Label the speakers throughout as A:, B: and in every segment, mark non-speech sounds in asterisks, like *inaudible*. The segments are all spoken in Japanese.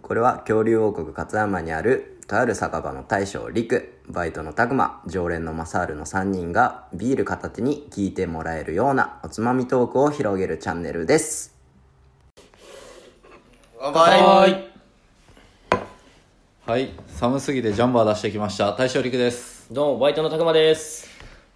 A: これは恐竜王国勝山にあるとある酒場の大将陸バイトの拓磨常連のマサールの3人がビール片手に聞いてもらえるようなおつまみトークを広げるチャンネルです
B: 乾
C: はい。はい。寒すぎてジャンバー出してきました。大将陸です。
D: どうも、バイトのたくまです。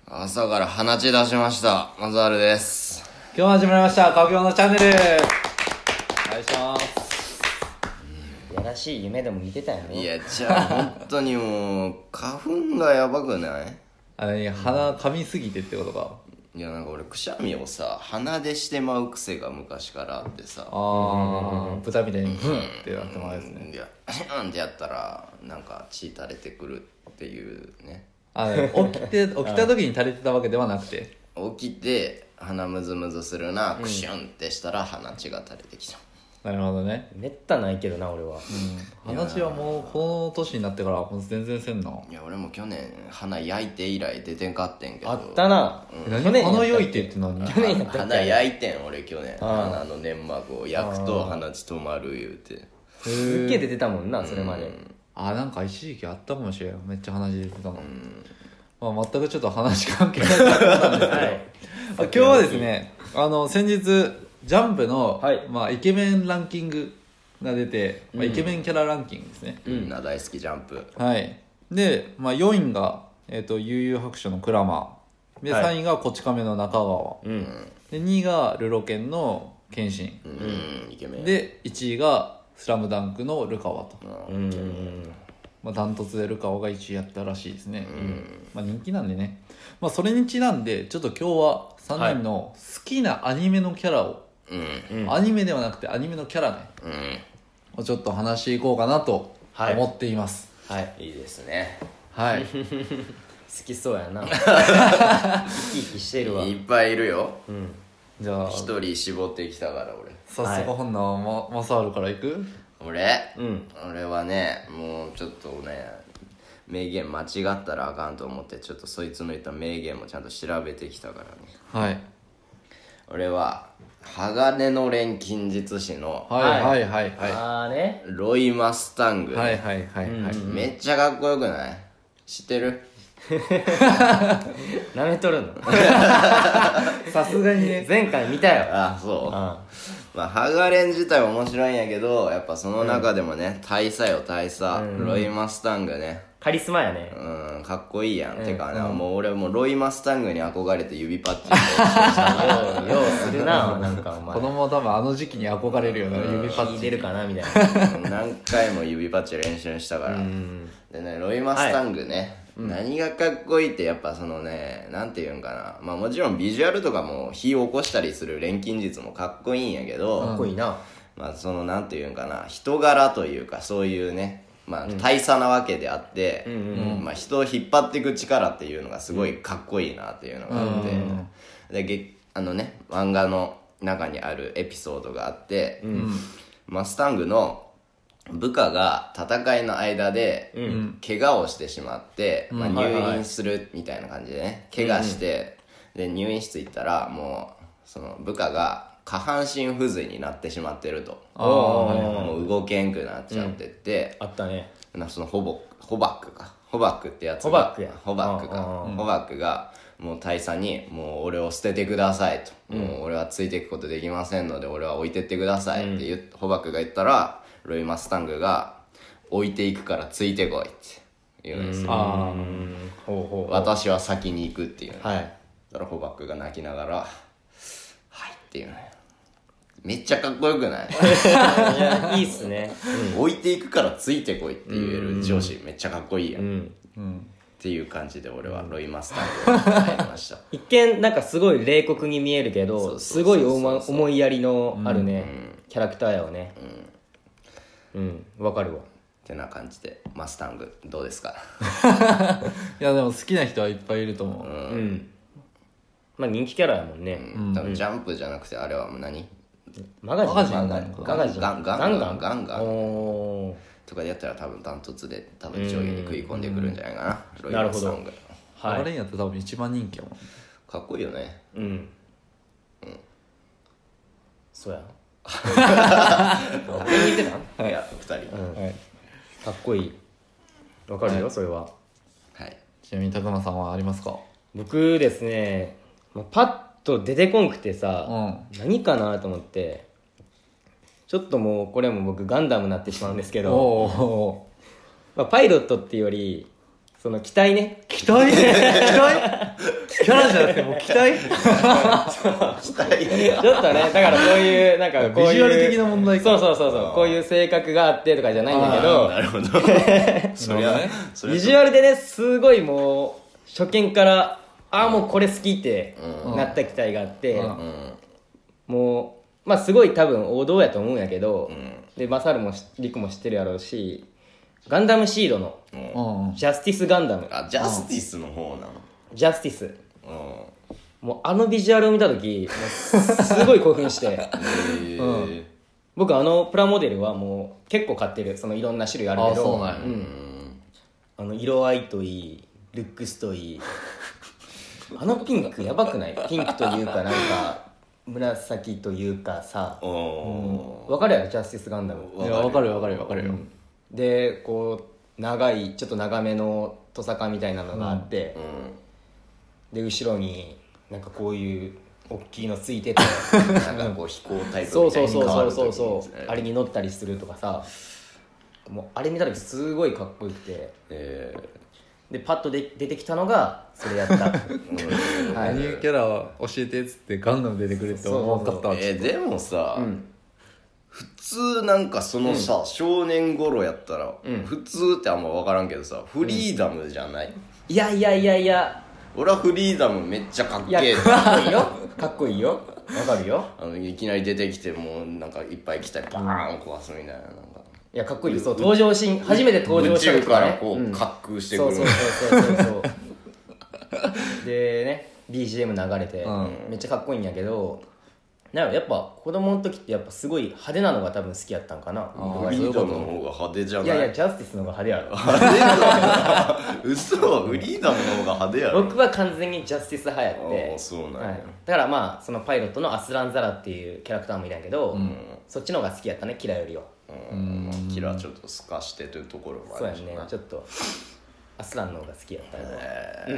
B: 朝から鼻血出しましたマザールです
C: 今日も始まりました。かきのチャンネル。お願いします。
D: やらしい夢でも見てたよ
B: い
D: ね。
B: やじゃあ本当にもう花粉がやばくない
C: あれ、鼻噛みすぎてってことか。
B: いやなんか俺くしゃみをさ鼻でしてまう癖が昔からあってさ
C: あー、豚みたいにふんってなってもらうですね。
B: いやなんてやったらなんか血垂れてくるっていうね
C: あ *laughs* の起きて、起きた時に垂れてたわけではなくて。
B: 起きて鼻むずむずするなクシュンってしたら鼻血が垂れてきた、
C: なるほどね。
D: めったないけどな、俺は。
C: 話はもう、この年になってから、全然せんな。
B: いや俺も去年鼻焼いて以来出てんかってんけど
D: あったな。
C: 何
D: 去年やったっ
C: 鼻
D: け
C: よいてって何
D: 去年やったっ
B: 鼻焼いてん俺去年鼻の粘膜を焼くと鼻血止まる言うて
D: け。すっげえ出てたもんな、それまで。
C: あなんか一時期あったかもしれんめっちゃ話出てたの、まあ、全くちょっと話関係なかったんですけど、あ今日はですねあの先日ジャンプの、
D: はい
C: まあ、イケメンランキングが出て、まあ、イケメンキャラランキングですね、
B: みんな大好きジャンプ
C: はいで、まあ、4位が、えっと悠々白書のクラマーで、
D: はい
C: 3位がこち亀の中川
D: うん。
C: で2位がルロケンの謙信
B: うん、イケメン
C: で1位がスラムダンクのルカワと
D: うん。
C: まあ、ダントツでルカオが1位やったらしいですね、まあ、人気なんでね、まあ、それにちなんでちょっと今日は3人の好きなアニメのキャラを、
B: うん
D: うん
C: アニメではなくてアニメのキャラね
B: う
C: をちょっと話していこうかなと
D: はい
C: 思っています
D: はい。
B: んいいですね
C: はい、 *laughs*
D: 好きそう *laughs* やな。生き生きしてるわ。
B: いっぱいいるよ
D: うん。
C: じゃあ
B: 一人絞ってきたから
C: 早速本のまマサールからいく
B: 俺俺、
D: うん。
B: 俺はねもうちょっとね名言間違ったらあかんと思ってちょっとそいつの言った名言もちゃんと調べてきたからね
C: はい、
B: 俺は鋼の錬金術師の
C: はいはいはいはい
D: あーね。
B: ロイ・マスタング、
C: はいはいはいはい
B: めっちゃかっこよくない知ってる
D: 舐めとるの。
C: さすがにね
D: 前回見たよ。
B: あそう
D: う
B: まあ、ハガレン自体は面白いんやけどやっぱその中でもね、大佐よ大佐、ロイ・マスタングね
D: ん。カリスマやね。
B: うんかっこいいやん、てかな、もう俺もうロイ・マスタングに憧れて指パッチンしてる
D: よう、ようするな、なんかお前
C: 子。供は多分あの時期に憧れるような指パ
D: 聞
C: ッ
D: いて
C: チ
D: るかな、みたいな。
B: うん何回も指パッチン練習したから、でねロイ・マスタングね、何がかっこいいってやっぱそのねなんていうんかなまあもちろんビジュアルとかも火を起こしたりする錬金術もかっこいいんやけど、
D: かっこいいな。
B: まあ、そのなんていうんかな人柄というかそういうね、まあ、大差なわけであって、まあ、人を引っ張っていく力っていうのがすごいかっこいいなっていうのがあって、でげあのね漫画の中にあるエピソードがあって、マスタングの部下が戦いの間で怪我をしてしまって、まあ、入院するみたいな感じでね怪我して、で入院室行ったらもうその部下が下半身不随になってしまってるともう動けんくなっちゃってって、
D: あったね。
B: なそのホボホバックかホバックってやつが
D: ホバックや
B: ホバックか
D: う
B: ホバックがもう大佐に「もう俺を捨ててください」と「もう俺はついていくことできませんので俺は置いてってください」って言っホバックが言ったらロイ・マスタングが「置いていくからついてこい」って言うんですよ
C: ああ
D: ほうほ
B: 私は先に行くっていうね、
D: う。はい。
B: だからホバックが泣きながら「はい」っていうねめっちゃかっこよくない
D: いや、いいっすね。
B: 置いていくからついてこいって言える上司めっちゃかっこいいやん、っ
D: ん
B: ていう感じで俺はロイ・マスタングを買いました *laughs*
D: 一見なんかすごい冷酷に見えるけど
B: そうそう
D: す
B: そう
D: ご
B: そう
D: いおま思いやりのあるね、キャラクターやわねうんわ、かるわ
B: てな感じでマスタングどうですか
C: いやでも好きな人はいっぱいいると思う、
D: うん、まあ人気キャラやもんね、
B: 多分ジャンプじゃなくてあれはもう何
D: マガジン
C: マガジンな
D: ガン
C: の
D: ガ
C: か
B: ガンガン
D: ンガ
B: ガ
D: ンガ
B: ン
D: ン
B: ガンガン
D: おー
B: とかでやったら多分ダントツで多分上位に食い込んでくるんじゃないかな、ロイ・
D: なる
B: マ
D: ほ
B: ス
D: ど
B: タング
C: あ
D: はい
C: れやったら多分一番人気やもん
B: かっこいいよね
D: うん、そうや言ってた
B: いや二人
D: うん
C: はい、
D: かっこいいわかるよそれは
B: はい
C: ちなみにたくまさんはありますか
D: 僕ですねまあパッと出てこんくてさ
C: ん
D: 何かなと思ってちょっともうこれも僕ガンダムになってしまうんですけど
C: おお
D: まあパイロットっていうよりその機体ね
C: 期待期
D: *laughs*
C: 待キャラじゃなくてもう期待
D: ちょっとねだからそういうなんかこういう
C: *laughs* ビジュアル的な問題か
D: そうそうそうそうこういう性格があってとかじゃないんだけど
B: なる *laughs* ほどそりゃ
C: なるほどね
B: そ
D: ビ
B: り
D: ジュアルでねすごいもう初見からああもうこれ好きって
B: う
D: なった機体があって、
C: う
B: ゃ
C: ん
B: うん
D: もうまあすごい多分王道やと思うんやけど、
B: ん
D: でマサルもしリクも知ってるやろうしガンダムシードの
C: うん
D: ジャスティスガンダム
B: あジャスティスの方な
D: ジャスティス
B: の
D: もうあのビジュアルを見た時もうすごい興奮して
B: う
C: *laughs*
B: んへー
D: 僕あのプラモデルはもう結構買ってるそのいろんな種類あるけ
C: あそう
D: ど
C: なんや
B: うん
D: あの色合いといいルックスといいあのピンクやばくないピンクというかなんか紫というかさ
B: おお
D: わかるやろジャスティスガンダム
C: いやわかるよわかるよわかるよ、
D: でこう長いちょっと長めのトサカみたいなのがあって、で後ろになんかこういう大きいのついてて
B: なんかこう飛行タイプ
D: *laughs* そう
B: みた
D: そ
B: いうに
D: そう
B: 変わ
D: *laughs* そう
B: る
D: そう
B: と
D: そ
B: き
D: う
B: に
D: あれに乗ったりするとかさもうあれ見た時すごいかっこよくて
B: え
D: でパッとで出てきたのがそれやった *laughs*
B: ーうん
C: 何キャラ教えてっつってガンダム出てくれって思わんかったわ
B: えーでもさ
D: ん
B: 普通なんかそのさ少年頃やったら普通ってあんま分からんけどさフリーダムじゃない
D: いやいやいやいや
B: 俺はフリーダムめっちゃかっ
D: い
B: け
D: や
B: えって
D: かっこいいよかっこいいよわかるよ
B: *laughs* あのいきなり出てきてもうなんかいっぱい来たりバーン壊すみたいななんか
D: いやかっこいいよそう登場シーン初めて登場した
B: 宇
D: 時
B: 宙
D: と
B: か
D: からね
B: こう滑空してく
D: そう
B: る
D: そうそうそう *laughs* そうでね BGM 流れて、
C: うん
D: めっちゃかっこいいんやけどなんかやっぱ子供の時ってやっぱすごい派手なのが多分好きやったんかな
C: ー
B: フリーダムの方が派手じゃ
D: い
B: な
D: や
B: い
D: いやジャスティスの方が *laughs* 派手や
B: 派手だな *laughs* 嘘フリーダムの方が派手や
D: ろ
B: ろ
D: 僕は完全にジャスティス派やって
B: ああそうなんや
D: はい、だからまあそのパイロットのアスランザラっていうキャラクターもいたんやけど、そっちの方が好きやったねキラよりは
B: うんまあキラちょっと透かしてというところも
D: そう
B: あ
D: や
B: るし
D: んねちょっとアスランの方が好きやったよ、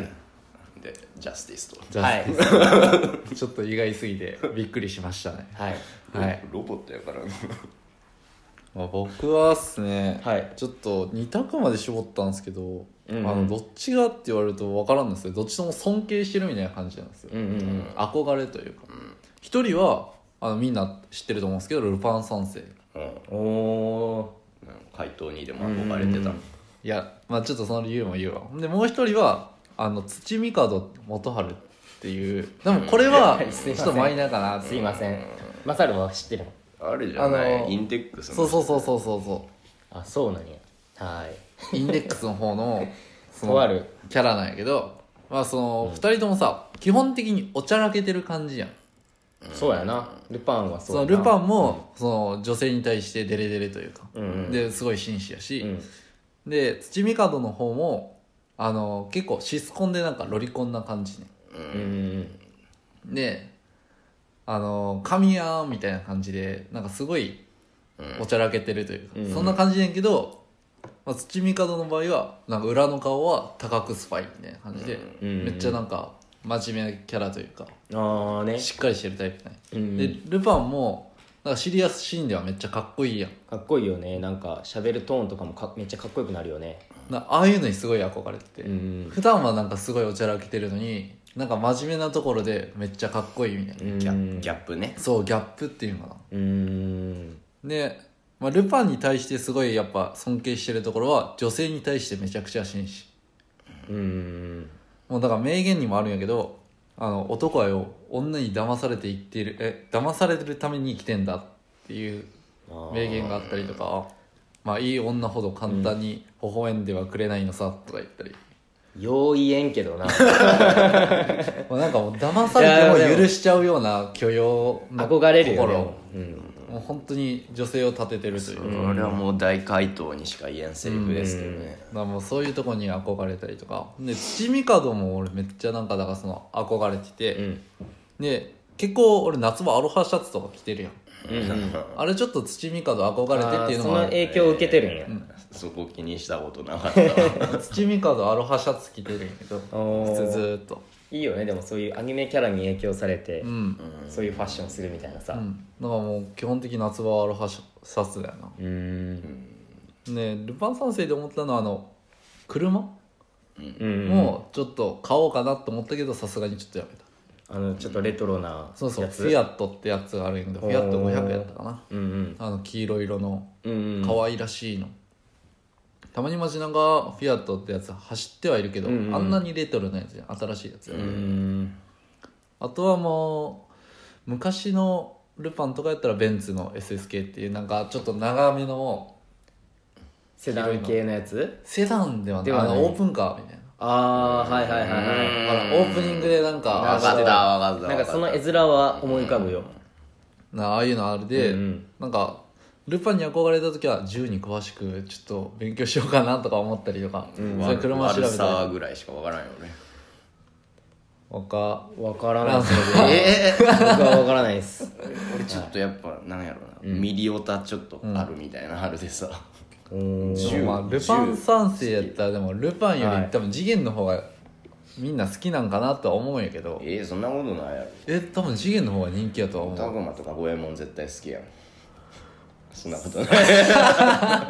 B: でジャスティスと
C: じゃあ
D: はい
C: ちょっと意外すぎてびっくりしましたね
D: はい
B: *laughs*
C: はい、
B: ロボットやからな
C: まあ、僕はっすね、
D: はい
C: ちょっと2択まで絞ったんですけど、
D: んうん
C: あのどっちがって言われると分からんですよどっちとも尊敬してるみたいな感じなんですよ、
D: うんうんうん
C: 憧れというか一、人はあのみんな知ってると思うんですけどルパン三世
B: うん
D: おお
B: 怪盗にでも憧れてた
C: いやまあちょっとその理由も言うわでもう一人はあの土帝元春っていうでもこれは
D: すいません *laughs*
C: ちょっとマイナーかなって
D: すいませんマサルは知ってるの
B: あれじゃな
C: あの
B: いインテックスの
C: そうそうそうそうそうそ
D: あそうなんやはい、
C: うインデックスの方の
D: *laughs*
C: その
D: とある
C: キャラなんやけどまあその2人ともさ基本的におちゃらけてる感じやん
D: そうやなルパンはそ
C: そうの
D: やな
C: ルパンもその女性に対してデレデレというか
D: うんうん
C: ですごい紳士やし
D: うん
C: で土帝の方もあの結構シスコンでなんかロリコンな感じね
D: うんうん
C: であの神やんみたいな感じでなんかすごいおちゃらけてるというか、そんな感じねんけど、まあ、土帝の場合はなんか裏の顔は高くスパイみたいな感じで、
D: うん
C: めっちゃなんか真面目なキャラというか
D: ああね
C: しっかりしてるタイプね、
D: うん
C: でルパンもなんかシリアスシーンではめっちゃかっこいいやん
D: かっこいいよねなんか喋るトーンとかもかめっちゃかっこよくなるよね
C: なああいうのにすごい憧れてて、
D: うん
C: 普段はなんかすごいおちゃらけてるのになんか真面目なところでめっちゃかっこいいみたいな、
B: ギャギャップね
C: そうギャップっていうのかな
D: うん
C: で、まあ、ルパンに対してすごいやっぱ尊敬してるところは女性に対してめちゃくちゃ紳士
D: うん
C: もうだから名言にもあるんやけどあの男はよ女に騙されていっているえ騙されてるために生きてんだっていう名言があったりとかまあいい女ほど簡単に微笑んではくれないのさとか言ったり、
D: よう言えんけど
C: ま
D: な
C: あ、なんかもう騙されても許しちゃうような許容の
D: 憧れるよね
C: 心
D: うん
C: もう本当に女性を立ててるというか
B: これはもう大怪盗にしか言えんセリフですけどね
C: だからもうそういうとこに憧れたりとかで土帝も俺めっちゃなんかだからその憧れてて、
D: ん
C: で結構俺夏場アロハシャツとか着てるやん
B: うん
C: あれちょっと土見風憧れてっていうの
D: そ
C: もあ
D: の
C: る
D: 影響を受けてるんや、
B: *laughs* そこ気にしたこと *laughs* なかった
C: 土見風アロハシャツ着てるんやけど
D: おー
C: 普通ずーっと
D: いいよねでもそういうアニメキャラに影響されて、
C: うん
D: そういうファッションするみたいなさ
C: うん、だからもう基本的に夏場はアロハシャツだよな
D: うーん
C: ねルパン三世で思ったのはあの車
D: うん
C: もうちょっと買おうかなと思ったけどさすがにちょっとやめた
D: あのちょっとレトロな
C: そうそう
D: やつ
C: フィアットってやつがあるんやけどフ
D: おー
C: ィアット500やったかな
D: うんうん
C: あの黄色色の
D: うん
C: 可愛らしいの、たまに街中フィアットってやつ走ってはいるけど、
D: うんうん
C: あんなにレトロなやつやん新しいやつやん、
D: うん
C: あとはもう昔のルパンとかやったらベンツの SSK っていうなんかちょっと長めの
D: セダン系のやつ
C: セダンではない
D: ではない
C: あのオープンカーみたいな
D: ああはいはいはいはい
C: ほらオープニングでなんか
B: 分かった分かった
D: なんかその
B: わ
D: 絵面は思い浮かぶよ
C: なああいうのあれで、
D: うんうん
C: なんかルパンに憧れた時は銃に詳しくちょっと勉強しようかなとか思ったりとか、それ車調べ
B: 悪さ
C: たり
B: ぐらいしか分からんよね
C: 他
D: わからないです僕
B: ええ
D: はわからないです
B: 俺ちょっとやっぱなんやろうなミリオタちょっとあるみたいなあるでさ
D: うーん
C: でもまあルパン三世やったらでもルパンよ
D: は
C: り
D: い
C: 多分次元の方がみんな好きなんかなとは思うんやけど
B: ええそんなことないやろ
C: え多分次元の方が人気やとは思
B: タ
C: う
B: グマとか五右衛門絶対好 *laughs* きやんそんなことない
D: い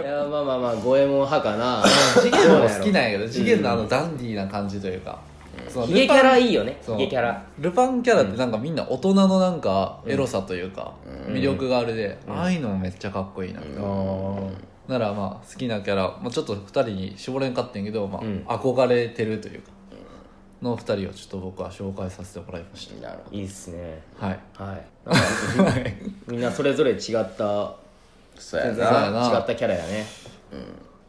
D: やまあまあまあ五右衛門派かな
C: 次元の方が好きなんやけど次元のあのダンディーな感じというか、その
D: ヒゲキャラいいよね
C: そ
D: ヒ
C: う
D: ゲキャラ
C: ルパンキャラってなんかみんな大人のなんかエロさというか魅力があるで、ああいうのもめっちゃかっこいいなって、ならまあ好きなキャラ、まあ、ちょっと2人に絞れんかってんけど、まあ
D: ん
C: 憧れてるというかの2人をちょっと僕は紹介させてもらいまし
B: なるほど
D: いいっすね
C: たはい
D: はいなんかみんなそれぞれ違った
B: そうや
D: 全然
B: な
C: うや
D: 違
C: な
D: ったキャラやね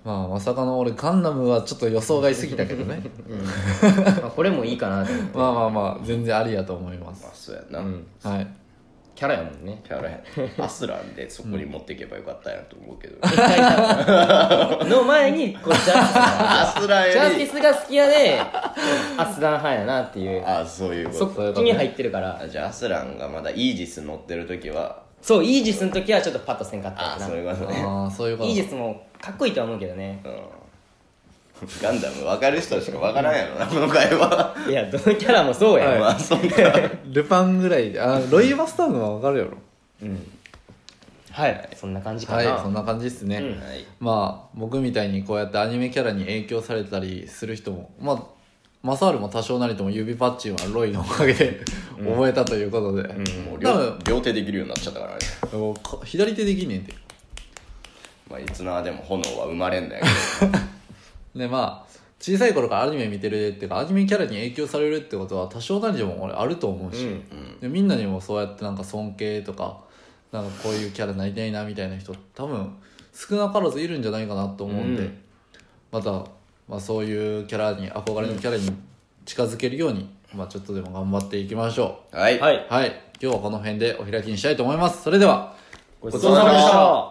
C: まあまさかの俺ガンダムはちょっと予想外すぎたけどね
D: まあこれもいいかなと思っ
C: *laughs*
D: て
C: まあまあまあ全然ありやと思います
B: まあそうやな
C: *laughs* はい
D: キャラやも
B: *laughs*
D: んね
B: キャラやなアスランでそこに持っていけばよかったんやと思うけど
D: の前にこうジャ
B: *laughs*
D: ス
B: アスランよ
D: ティスジャスティ
B: り
D: スが好きやでアスラン派やなっていう
B: あそういうこ
D: そ
B: と
D: っちに入ってるから
B: あじゃあアスランがまだイージス乗ってる時は
D: そうイージスの時はちょっとパッとせんかった
B: あ
D: よ
B: そう
D: な
B: いうことね
C: ああそういうこと
D: イージスもかっこいいとは思うけどね
B: ガンダム分かる人しか分からんやろなこの会話
D: いやどのキャラもそうやん、
B: まあそんな
C: ルパンぐらいであロイヤルバスターのはわかるやろ
D: はいそんな感じか
C: はい
D: な、
C: そんな感じですね、
B: はい
C: まあ僕みたいにこうやってアニメキャラに影響されたりする人もまあマサールも多少なりとも指パッチンはロイのおかげで覚えたということで、
B: もう
C: 多
B: 両
C: 分
B: 両手できるようになっちゃったからね
C: もうこ左手できんねんて
B: まあいつの間でも炎は生まれんだよ
C: でまあ小さい頃からアニメ見てるっていうかアニメキャラに影響されるってことは多少なりでも俺あると思うし、でみんなにもそうやってなんか尊敬とかなんかこういうキャラになりたいなみたいな人多分少なからずいるんじゃないかなと思うんで、また、まあ、そういうキャラに憧れのキャラに近づけるように、まあ、ちょっとでも頑張っていきましょ
B: はい
D: はい、
C: うはい今日はこの辺でお開きにしたいと思いますそれでは
D: ごちそうさまでした